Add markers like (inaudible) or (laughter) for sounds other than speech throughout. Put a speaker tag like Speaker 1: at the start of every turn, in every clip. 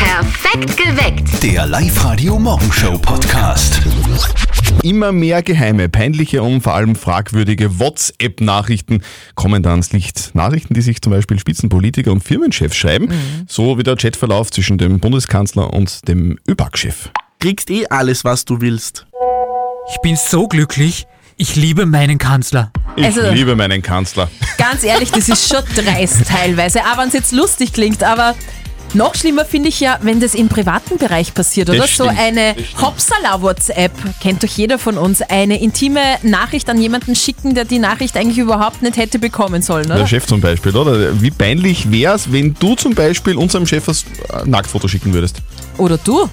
Speaker 1: Perfekt geweckt.
Speaker 2: Der Live-Radio Morgenshow Podcast.
Speaker 3: Immer mehr geheime, peinliche und vor allem fragwürdige WhatsApp-Nachrichten kommen da ans Licht. Nachrichten, die sich zum Beispiel Spitzenpolitiker und Firmenchefs schreiben, so wie der Chatverlauf zwischen dem Bundeskanzler und dem ÖBAG-Chef.
Speaker 4: kriegst eh alles, was du willst.
Speaker 5: Ich bin so glücklich. Ich liebe meinen Kanzler.
Speaker 3: Ich
Speaker 6: Also-
Speaker 3: liebe meinen Kanzler.
Speaker 6: Ganz ehrlich, das ist schon dreist teilweise, auch wenn es jetzt lustig klingt, aber noch schlimmer finde ich ja, wenn das im privaten Bereich passiert, oder? so
Speaker 3: stimmt,
Speaker 6: eine
Speaker 3: das stimmt.
Speaker 6: Hopsala-WhatsApp, kennt doch jeder von uns, eine intime Nachricht an jemanden schicken, der die Nachricht eigentlich überhaupt nicht hätte bekommen sollen,
Speaker 3: Der
Speaker 6: oder?
Speaker 3: Chef zum Beispiel, oder? Wie peinlich wär's, wenn du zum Beispiel unserem Chef ein Nacktfoto schicken würdest?
Speaker 6: Oder du?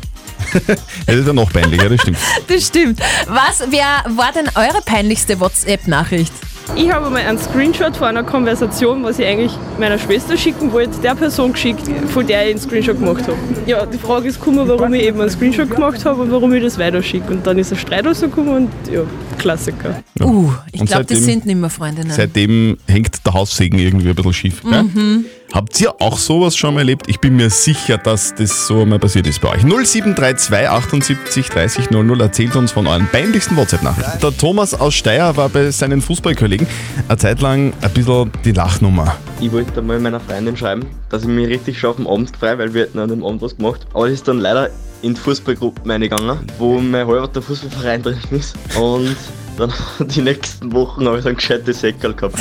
Speaker 6: (laughs)
Speaker 3: Das ist ja noch peinlicher, das stimmt.
Speaker 6: Das stimmt. Was, wer war denn eure peinlichste WhatsApp-Nachricht?
Speaker 7: Ich habe mal einen Screenshot von einer Konversation, was ich eigentlich meiner Schwester schicken wollte, der Person geschickt, von der ich einen Screenshot gemacht habe. Ja, die Frage ist gekommen, warum ich eben einen Screenshot gemacht habe und warum ich das weiterschicke. Und dann ist ein Streit rausgekommen und ja, Klassiker.
Speaker 3: Ja.
Speaker 6: Uh, ich
Speaker 3: Und
Speaker 6: glaube,
Speaker 3: seitdem-
Speaker 6: das sind nimmer Freundinnen.
Speaker 3: Seitdem hängt der Haussegen irgendwie ein bisschen schief. Gell? Habt ihr auch sowas schon mal erlebt? Ich bin mir sicher, dass das so mal passiert ist bei euch. 0732 78 30 00 erzählt uns von euren peinlichsten WhatsApp-Nachrichten. Der Thomas aus Steyr war bei seinen Fußballkollegen eine Zeit lang ein bisschen die Lachnummer.
Speaker 8: Ich wollte mal meiner Freundin schreiben, dass ich mich richtig schon auf den Abend freue, weil wir hätten an dem Abend was gemacht. Aber das ist dann leider in die Fußballgruppen eingegangen, wo mein halber Fußballverein drin ist. Und dann (laughs) die nächsten Wochen habe ich dann gescheite Säckerl gehabt.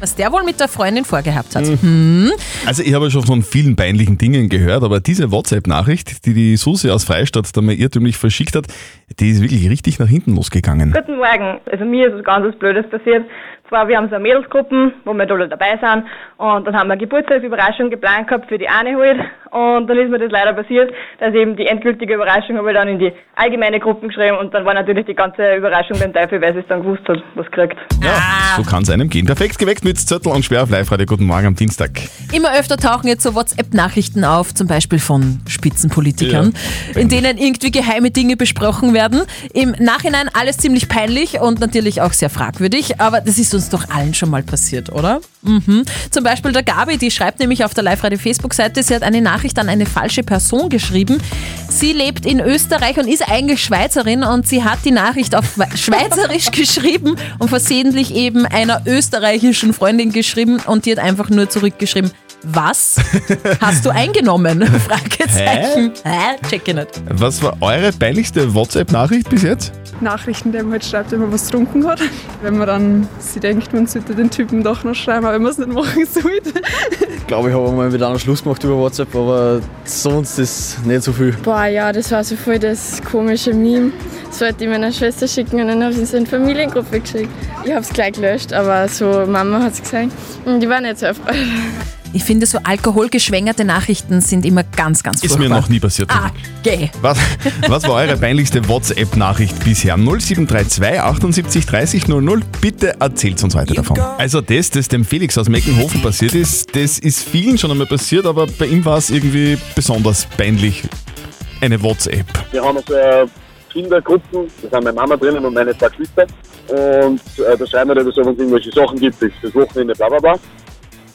Speaker 6: Was der wohl mit der Freundin vorgehabt hat.
Speaker 3: Mhm.
Speaker 6: Hm.
Speaker 3: Also ich habe schon von vielen peinlichen Dingen gehört, aber diese WhatsApp-Nachricht, die die Susi aus Freistadt da mal irrtümlich verschickt hat, die ist wirklich richtig nach hinten losgegangen.
Speaker 7: Guten Morgen. Also mir ist was ganz Blödes passiert. Zwar, wir haben so eine Mädelsgruppen, wo wir alle dabei sind. Und dann haben wir eine Geburtstagsüberraschung geplant gehabt für die eine halt. Und dann ist mir das leider passiert, dass eben die endgültige Überraschung habe ich dann in die allgemeine Gruppen geschrieben. Und dann war natürlich die ganze Überraschung beim Teufel, weil sie es dann gewusst hat, was kriegt.
Speaker 3: Ja, so kann es einem gehen. Perfekt geweckt mit Zettel und Sperr auf Live-Radio. Guten Morgen am Dienstag.
Speaker 6: Immer öfter tauchen jetzt so WhatsApp-Nachrichten auf, zum Beispiel von Spitzenpolitikern, in denen irgendwie geheime Dinge besprochen werden. Im Nachhinein alles ziemlich peinlich und natürlich auch sehr fragwürdig, aber das ist uns doch allen schon mal passiert, oder? Mhm. Zum Beispiel der Gabi, die schreibt nämlich auf der Live-Radio-Facebook-Seite, sie hat eine Nachricht an eine falsche Person geschrieben. Sie lebt in Österreich und ist eigentlich Schweizerin und sie hat die Nachricht auf We- (laughs) Schweizerisch geschrieben und versehentlich eben einer österreichischen Freundin geschrieben und die hat einfach nur zurückgeschrieben, was hast
Speaker 3: (laughs)
Speaker 6: du eingenommen? Fragezeichen. Hä? Check ich nicht.
Speaker 3: Was war eure peinlichste WhatsApp-Nachricht bis jetzt?
Speaker 9: Nachrichten, der mir halt schreibt, wenn man was getrunken hat. Wenn man dann sich denkt, man sollte den Typen doch noch schreiben, aber wenn man es nicht machen sollte.
Speaker 10: Ich glaube, ich habe einmal mit einer Schluss gemacht über WhatsApp, aber sonst ist nicht so viel.
Speaker 9: Boah, ja, das war so voll das komische Meme. Das wollte ich meiner Schwester schicken und dann habe ich es in die Familiengruppe geschickt. Ich habe es gleich gelöscht, aber so Mama hat es gesehen. Und die war nicht so erfreut.
Speaker 6: Ich finde, so alkoholgeschwängerte Nachrichten sind immer ganz, ganz
Speaker 3: Ist
Speaker 6: furchtbar.
Speaker 3: mir noch nie passiert.
Speaker 6: Ah, geh.
Speaker 3: Was, was war eure peinlichste WhatsApp-Nachricht bisher? 0732 78 30 00. Bitte erzählt uns heute davon. Also das, das dem Felix aus Meckenhofen passiert ist, das ist vielen schon einmal passiert, aber bei ihm war es irgendwie besonders peinlich. Eine WhatsApp.
Speaker 8: Wir haben so eine Kindergruppen, da sind meine Mama drinnen und meine zwei Geschwister. Und äh, da schreiben wir dann so, wenn es irgendwelche Sachen gibt, das- das Wochenende, bla bla bla.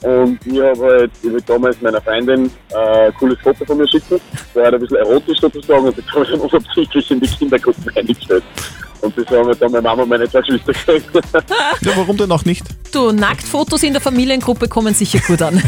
Speaker 8: Und ich habe halt, ich hab damals meiner Freundin äh, ein cooles Foto von mir schicken. Das war halt ein bisschen erotisch sozusagen und das habe ich dann unabsichtlich in die Kindergruppen (laughs) eingestellt. Und das haben halt dann meine Mama und meine zwei Geschwister gekriegt. (laughs)
Speaker 3: Ja, warum denn auch nicht?
Speaker 6: Du, Nacktfotos in der Familiengruppe kommen sicher
Speaker 3: (laughs)
Speaker 6: gut an.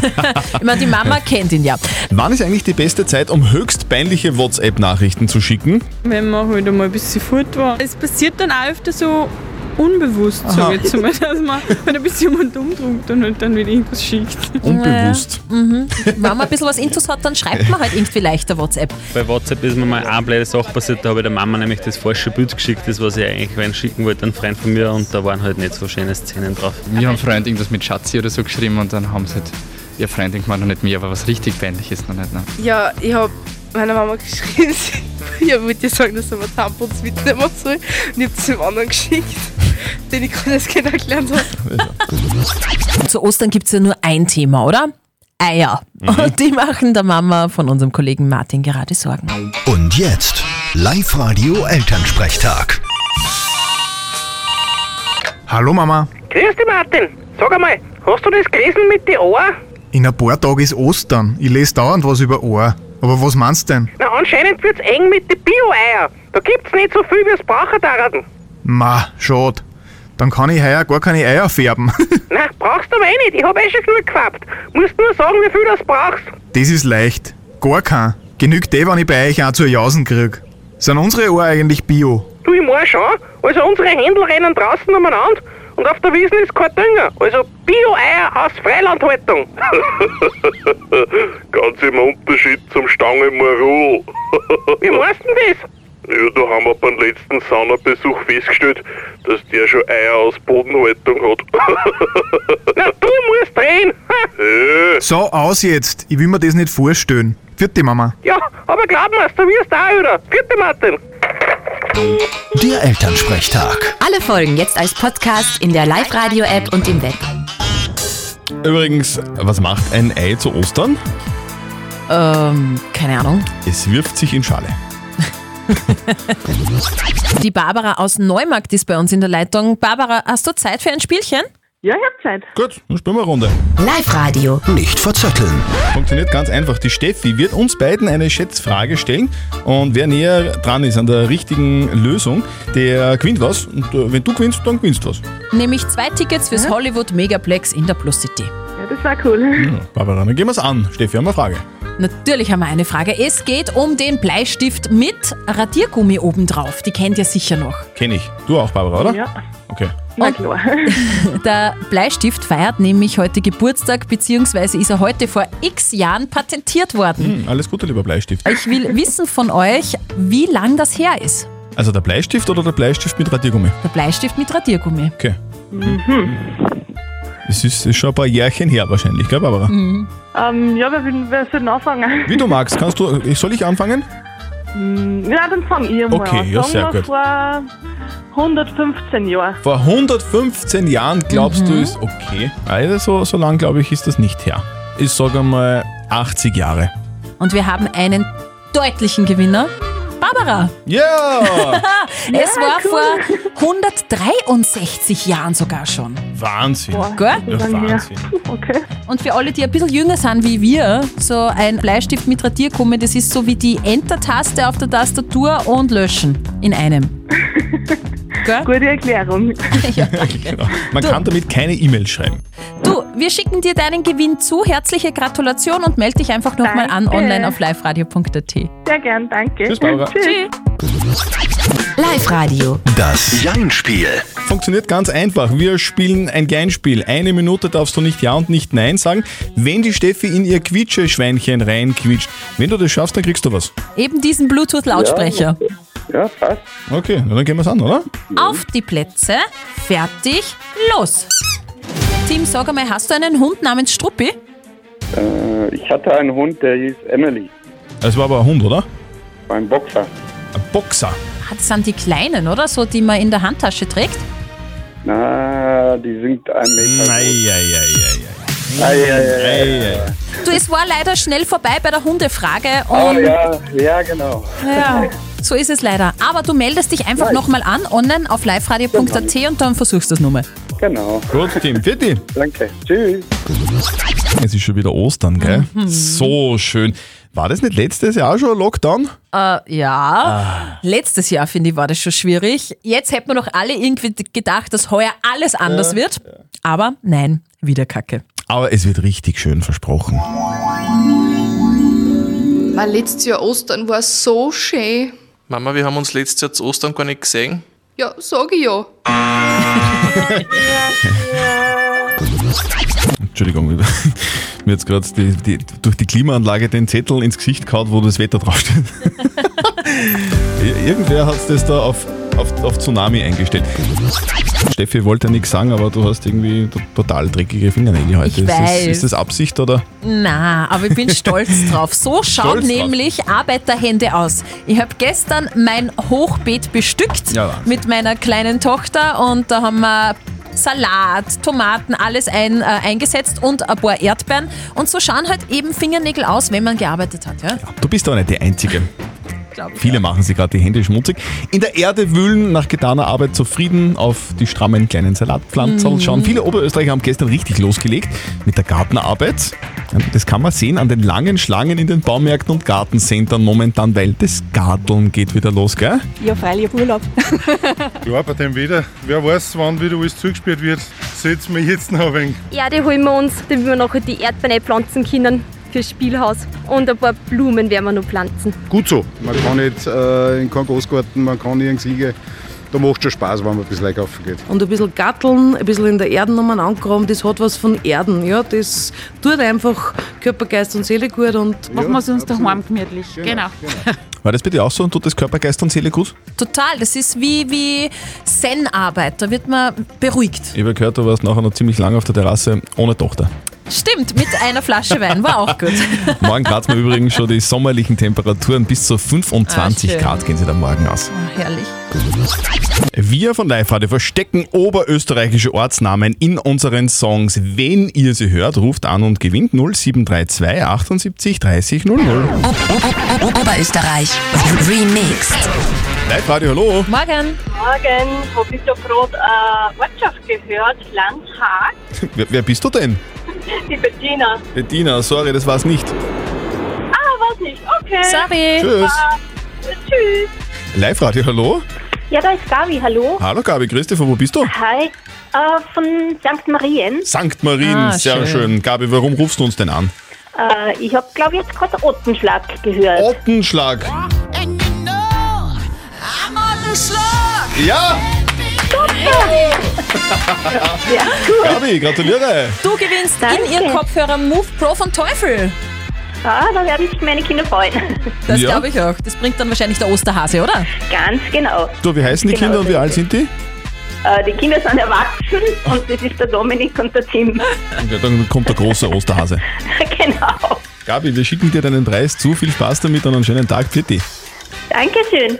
Speaker 6: ich meine, die Mama kennt ihn ja.
Speaker 3: Wann ist eigentlich die beste Zeit, um höchst peinliche WhatsApp-Nachrichten zu schicken?
Speaker 9: Wenn man halt einmal ein bisschen fort war. Es passiert dann auch öfter so unbewusst, so jetzt mal, (laughs) dass man halt ein bisschen jemand umdrückt und halt dann wieder irgendwas schickt. (laughs)
Speaker 3: Unbewusst.
Speaker 6: Wenn man ein bisschen was Intus hat, dann schreibt man halt irgendwie leichter WhatsApp.
Speaker 11: Bei WhatsApp ist mir mal eine blöde Sache passiert, da habe ich der Mama nämlich das falsche Bild geschickt, das was ich eigentlich wen schicken wollte, einen Freund von mir und da waren halt nicht so schöne Szenen drauf.
Speaker 10: Mir haben Freunde irgendwas mit Schatzi oder so geschrieben und dann haben sie halt, ihr Freund irgendwann noch nicht mir, aber was richtig peinlich ist noch nicht. Ne?
Speaker 9: Ja, ich habe meiner Mama geschrieben, ich würde dir sagen, dass er mir Tampons mitnehmen soll. Und ich habe es dem anderen geschickt, (laughs) den ich gerade erst kennengelernt habe.
Speaker 6: Zu Ostern gibt es ja nur ein Thema, oder? Eier.
Speaker 3: Mhm.
Speaker 6: Und die machen der Mama von unserem Kollegen Martin gerade Sorgen.
Speaker 2: Und jetzt Live-Radio Elternsprechtag.
Speaker 4: Hallo Mama.
Speaker 7: Grüß dich, Martin. Sag einmal, hast du das gelesen mit den Ohren?
Speaker 4: In ein paar Tagen ist Ostern. Ich lese dauernd was über Ohr. Aber was meinst du denn?
Speaker 1: Na, anscheinend wird's eng mit den Bio-Eier. Da gibt's nicht so viel, wie es brauchen daran.
Speaker 4: Ma, schade. Dann kann ich heuer gar keine Eier färben. (laughs)
Speaker 1: Na, brauchst du aber eh nicht. Ich hab eh schon genug gefärbt. Musst nur sagen, wie viel das brauchst.
Speaker 4: das ist leicht. Gar kein. Genügt eh, wenn ich bei euch auch zur Jausen krieg. Sind unsere Eier eigentlich bio?
Speaker 1: Du, ich mein schon. Also unsere Händel rennen draußen umeinander und auf der Wiesn ist kein Dünger. Also Bio-Eier aus Freilandhaltung.
Speaker 12: (laughs) Ganz im Unterschied zum Stangenmarul. (laughs)
Speaker 1: wie meinst du denn das?
Speaker 12: Ja, da haben wir beim letzten Saunabesuch festgestellt, dass der schon Eier aus Bodenhaltung hat. (laughs)
Speaker 1: Na, du musst drehen. (laughs) Ha.
Speaker 4: So, aus jetzt. Ich will mir das nicht vorstellen. Vierte Mama.
Speaker 1: Ja, aber glaub mir's, du wirst auch wieder. Vierte Martin.
Speaker 2: Der Elternsprechtag.
Speaker 13: Alle Folgen jetzt als Podcast in der Live-Radio-App und im Web.
Speaker 3: Übrigens, was macht ein Ei zu Ostern?
Speaker 6: Ähm, keine Ahnung.
Speaker 3: Es wirft sich in Schale.
Speaker 6: Die Barbara aus Neumarkt ist bei uns in der Leitung. Barbara, hast du Zeit für ein Spielchen?
Speaker 1: Ja, ich hab Zeit.
Speaker 3: Gut, dann spielen wir eine Runde.
Speaker 13: Live-Radio.
Speaker 2: Nicht verzetteln.
Speaker 3: Funktioniert ganz einfach. Die Steffi wird uns beiden eine Schätzfrage stellen und wer näher dran ist an der richtigen Lösung, der gewinnt was. Und äh, wenn du gewinnst, dann gewinnst du was.
Speaker 6: Nämlich zwei Tickets fürs Hollywood Megaplex in der Plus City.
Speaker 1: Ja, das war cool.
Speaker 3: Barbara, dann gehen wir es an. Steffi, haben wir eine Frage.
Speaker 6: Natürlich haben wir eine Frage. Es geht um den Bleistift mit Radiergummi obendrauf. Die kennt ihr sicher noch.
Speaker 3: Kenn ich. Du auch, Barbara, oder?
Speaker 1: Ja.
Speaker 3: Okay.
Speaker 1: Na (laughs) klar.
Speaker 6: Der Bleistift feiert nämlich heute Geburtstag, beziehungsweise ist er heute vor x Jahren patentiert worden.
Speaker 3: Hm, alles Gute, lieber Bleistift.
Speaker 6: Ich will wissen von euch, wie lang das her ist.
Speaker 3: Also der Bleistift oder der Bleistift mit Radiergummi?
Speaker 6: Der Bleistift mit Radiergummi.
Speaker 3: Okay. Es ist, ist schon ein paar Jährchen her wahrscheinlich, gell, Barbara?
Speaker 1: Ähm, ja, wir würden, wir würden anfangen.
Speaker 3: Wie du magst, kannst du. Soll ich anfangen?
Speaker 1: Ja, dann fangen wir mal
Speaker 3: Okay,
Speaker 1: an.
Speaker 3: ja,
Speaker 1: Sagen
Speaker 3: sehr
Speaker 1: wir
Speaker 3: gut.
Speaker 1: vor 115 Jahren.
Speaker 3: Vor 115 Jahren glaubst du es okay. Also so, so lang glaube ich ist das nicht her. Ich sage mal 80 Jahre.
Speaker 6: Und wir haben einen deutlichen Gewinner. Barbara,
Speaker 3: Ja!
Speaker 6: es war vor 163 Jahren sogar schon.
Speaker 3: Wahnsinn.
Speaker 6: Gell?
Speaker 3: Ja, Wahnsinn.
Speaker 1: Okay.
Speaker 6: Und für alle, die ein bisschen jünger sind wie wir, so ein Bleistift mit Radiergummi, das ist so wie die Enter-Taste auf der Tastatur und löschen in einem. (laughs) Gell?
Speaker 1: Gute Erklärung.
Speaker 3: Genau. Man kann damit keine E-Mails schreiben.
Speaker 6: Du, wir schicken dir deinen Gewinn zu. Herzliche Gratulation und melde dich einfach nochmal an
Speaker 1: Danke.
Speaker 6: online auf liveradio.at.
Speaker 1: Sehr gern, danke.
Speaker 3: Tschüss, Barbara.
Speaker 6: Tschüss.
Speaker 13: Live-Radio.
Speaker 2: Das Jein-Spiel.
Speaker 3: Funktioniert ganz einfach. Wir spielen ein Geinspiel. Eine Minute darfst du nicht Ja und nicht Nein sagen, wenn die Steffi in ihr Quietscheschweinchen reinquietscht. Wenn du das schaffst, dann kriegst du was.
Speaker 6: Eben diesen Bluetooth-Lautsprecher.
Speaker 8: Ja, passt.
Speaker 3: Okay, na, dann gehen wir es an, oder?
Speaker 6: Auf die Plätze, fertig, los! Tim, sag einmal, hast du einen Hund namens Struppi?
Speaker 8: Äh, ich hatte einen Hund, der hieß Emily,
Speaker 3: Es war aber ein Hund, oder?
Speaker 8: beim Boxer.
Speaker 3: Ein Boxer.
Speaker 6: Ah, Das sind die kleinen, oder? So, die man in der Handtasche trägt.
Speaker 8: Na, die sind ein Ah, Meter.
Speaker 3: Eieieiei.
Speaker 8: Ei, ei, ei.
Speaker 6: Du, es war leider schnell vorbei bei der Hundefrage. Und
Speaker 8: Ah, ja, ja, genau.
Speaker 6: ja, so ist es leider. Aber du meldest dich einfach nochmal an, online auf liveradio.at und dann versuchst du es nochmal.
Speaker 8: Genau.
Speaker 3: Gut, Tim, bitte.
Speaker 8: Danke. Tschüss.
Speaker 3: Es ist schon wieder Ostern, gell?
Speaker 6: Mhm.
Speaker 3: So schön. War das nicht letztes Jahr schon ein Lockdown?
Speaker 6: Äh,
Speaker 8: Ah.
Speaker 6: ja, letztes Jahr, finde ich, war das schon schwierig. Jetzt hätten wir doch alle irgendwie gedacht, dass heuer alles anders wird. Aber nein, wieder Kacke.
Speaker 3: Aber es wird richtig schön versprochen.
Speaker 14: Mein letztes Jahr Ostern war so schön.
Speaker 15: Mama, wir haben uns letztes Jahr zu Ostern gar nicht gesehen.
Speaker 14: Ja, sag ich ja.
Speaker 3: Entschuldigung, (laughs) mir jetzt gerade die, die, durch die Klimaanlage den Zettel ins Gesicht gehauen, wo das Wetter
Speaker 6: (laughs)
Speaker 3: draufsteht. Ir- Irgendwer hat das da auf, auf, auf Tsunami eingestellt. Steffi wollte nichts sagen, aber du hast irgendwie to- total dreckige Fingernägel heute.
Speaker 6: Ich
Speaker 3: ist, Das,
Speaker 6: weiß.
Speaker 3: ist das Absicht oder?
Speaker 6: Na, aber ich
Speaker 3: (laughs)
Speaker 6: bin stolz drauf. So schauen
Speaker 3: Stolz drauf.
Speaker 6: nämlich Arbeiterhände aus. Ich habe gestern mein Hochbeet bestückt
Speaker 3: Ja, Wahnsinn.
Speaker 6: mit meiner kleinen Tochter und da haben wir Salat, Tomaten, alles ein, äh, eingesetzt und ein paar Erdbeeren. Und so schauen halt eben Fingernägel aus, wenn man gearbeitet hat. Ja?
Speaker 3: Du bist aber nicht die Einzige.
Speaker 6: glaub's.
Speaker 3: Viele machen sich gerade die Hände schmutzig. In der Erde wühlen nach getaner Arbeit zufrieden auf die strammen kleinen Salatpflanzen.
Speaker 6: Mhm.
Speaker 3: Schauen, viele Oberösterreicher haben gestern richtig losgelegt mit der Gartenarbeit. Das kann man sehen an den langen Schlangen in den Baumärkten und Gartencentern momentan, weil das Garteln geht wieder los, gell?
Speaker 16: Ja, freilich auf Urlaub.
Speaker 17: (laughs) Ja, bei dem Wetter. Wer weiß, wann wieder alles zugesperrt wird. Setzen wir jetzt noch ein wenig.
Speaker 18: Erde holen wir uns, damit wir nachher die Erdbeeren einpflanzen können fürs Spielhaus. Und ein paar Blumen werden wir noch pflanzen.
Speaker 19: Gut so. Man kann nicht äh, in keinen Großgarten, man kann nirgends hingehen. Da macht schon Spaß, wenn man ein bisschen laufen geht.
Speaker 20: Und ein bisschen gatteln, ein bisschen in der Erde nochmal angraben, das hat was von Erden. Ja, das tut einfach Körper, Geist und Seele gut und
Speaker 21: Machen wir es uns daheim gemütlich. Genau.
Speaker 3: War das bitte auch so und tut das Körper, Geist und Seele gut?
Speaker 6: Total, das ist wie, wie Zen-Arbeit, da wird man beruhigt.
Speaker 3: Ich habe gehört, du warst nachher noch ziemlich lange auf der Terrasse ohne (laughs) Tochter.
Speaker 6: Stimmt, mit einer Flasche Wein, war auch
Speaker 20: (laughs)
Speaker 6: gut.
Speaker 3: Morgen kratzen wir übrigens schon die sommerlichen Temperaturen. Bis zu 25
Speaker 6: Ah, schön.
Speaker 3: Grad gehen sie dann morgen aus.
Speaker 6: Herrlich.
Speaker 3: Wir von Live Radio verstecken oberösterreichische Ortsnamen in unseren Songs. Wenn ihr sie hört, ruft an und gewinnt 0732 78 30 00.
Speaker 13: Oberösterreich. Remixed.
Speaker 3: Live Radio, hallo.
Speaker 6: Morgen.
Speaker 22: Morgen habe ich da gerade eine Ortschaft gehört, Landhag.
Speaker 3: Wer, wer bist du denn?
Speaker 22: Die Bettina.
Speaker 3: Bettina, sorry, das war's nicht.
Speaker 22: Ah, was nicht. Okay.
Speaker 6: Sorry.
Speaker 3: Tschüss.
Speaker 22: Äh, tschüss.
Speaker 3: Live Radio, hallo.
Speaker 23: Ja, da ist Gabi, hallo.
Speaker 3: Hallo Gabi, grüß dich, von wo bist du?
Speaker 23: Hi, äh, von St. Marien.
Speaker 3: St. Marien,
Speaker 23: Ah,
Speaker 3: sehr schön.
Speaker 23: schön.
Speaker 3: Gabi, warum rufst du uns denn an?
Speaker 23: Äh, ich habe, glaube ich, jetzt gerade Ottenschlag gehört.
Speaker 3: Ottenschlag. Ja! Gabi, gratuliere.
Speaker 6: Du gewinnst in ihren Kopfhörer Move Pro von Teufel.
Speaker 23: Ah, da werden sich meine Kinder freuen. (laughs)
Speaker 6: Das
Speaker 3: Ja.
Speaker 6: glaube ich auch. Das bringt dann wahrscheinlich der Osterhase, oder?
Speaker 23: Ganz genau.
Speaker 3: Du, wie heißen die
Speaker 23: Genau,
Speaker 3: Kinder und wie
Speaker 23: das
Speaker 3: alt sind die?
Speaker 23: Äh, die Kinder sind erwachsen und das ist der Dominik und der Tim. (laughs)
Speaker 3: Ja, dann kommt der große Osterhase.
Speaker 23: genau.
Speaker 3: Gabi, wir schicken dir deinen Preis zu. Viel Spaß damit und einen schönen Tag. Pfiat
Speaker 23: Dankeschön.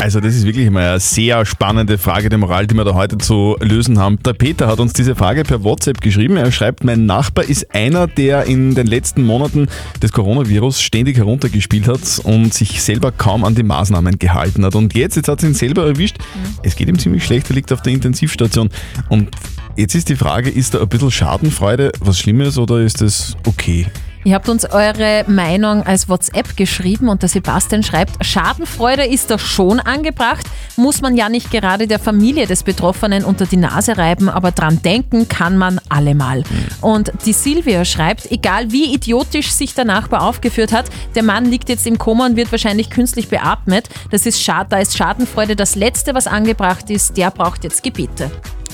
Speaker 3: Also das ist wirklich mal eine sehr spannende Frage der Moral, die wir da heute zu lösen haben. Der Peter hat uns diese Frage per WhatsApp geschrieben. Er schreibt, mein Nachbar ist einer, der in den letzten Monaten des Coronavirus ständig heruntergespielt hat und sich selber kaum an die Maßnahmen gehalten hat. Und jetzt, jetzt hat es ihn selber erwischt. Es geht ihm ziemlich schlecht, er liegt auf der Intensivstation. Und jetzt ist die Frage, ist da ein bisschen Schadenfreude was Schlimmes oder ist das okay?
Speaker 6: Ihr habt uns eure Meinung als WhatsApp geschrieben und der Sebastian schreibt, Schadenfreude ist doch schon angebracht, muss man ja nicht gerade der Familie des Betroffenen unter die Nase reiben, aber dran denken kann man allemal.
Speaker 3: Mhm.
Speaker 6: Und die Silvia schreibt, egal wie idiotisch sich der Nachbar aufgeführt hat, der Mann liegt jetzt im Koma und wird wahrscheinlich künstlich beatmet. Das ist schad, da ist Schadenfreude das Letzte, was angebracht ist, der braucht jetzt Gebete.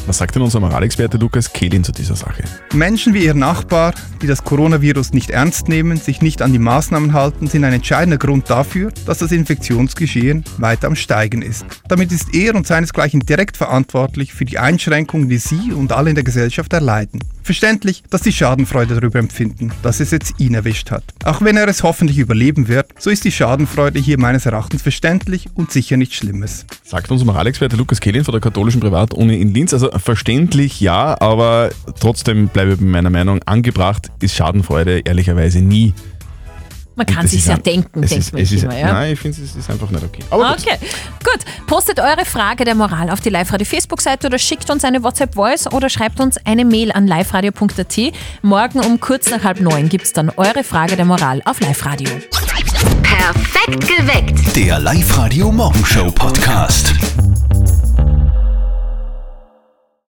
Speaker 3: Was sagt denn unser Moralexperte Lukas Kehlin zu dieser Sache?
Speaker 24: Menschen wie ihr Nachbar, die das Coronavirus nicht ernst nehmen, sich nicht an die Maßnahmen halten, sind ein entscheidender Grund dafür, dass das Infektionsgeschehen weiter am Steigen ist. Damit ist er und seinesgleichen direkt verantwortlich für die Einschränkungen, die Sie und alle in der Gesellschaft erleiden. Verständlich, dass Sie Schadenfreude darüber empfinden, dass es jetzt ihn erwischt hat. Auch wenn er es hoffentlich überleben wird, so ist die Schadenfreude hier meines Erachtens verständlich und sicher nichts Schlimmes.
Speaker 3: Sagt unser Moralexperte Lukas Kehlin von der katholischen Privatuni in Linz. Also verständlich ja, aber trotzdem bleibe ich bei meiner Meinung. Angebracht ist Schadenfreude ehrlicherweise nie.
Speaker 6: Man
Speaker 3: Und
Speaker 6: kann
Speaker 3: das
Speaker 6: sich
Speaker 3: ist
Speaker 6: ja
Speaker 3: ein-
Speaker 6: denken,
Speaker 3: es
Speaker 6: denkt
Speaker 3: ist-
Speaker 6: man
Speaker 3: es ist-
Speaker 6: immer, ja. Ah,
Speaker 3: Nein, ich finde, es ist einfach nicht okay.
Speaker 6: okay, gut. Postet eure Frage der Moral auf die Live-Radio-Facebook-Seite oder schickt uns eine WhatsApp-Voice oder schreibt uns eine Mail an liveradio.at. Morgen um kurz nach halb neun gibt's dann eure Frage der Moral auf Live-Radio.
Speaker 13: Perfekt geweckt.
Speaker 2: Der Live-Radio Morgenshow Podcast.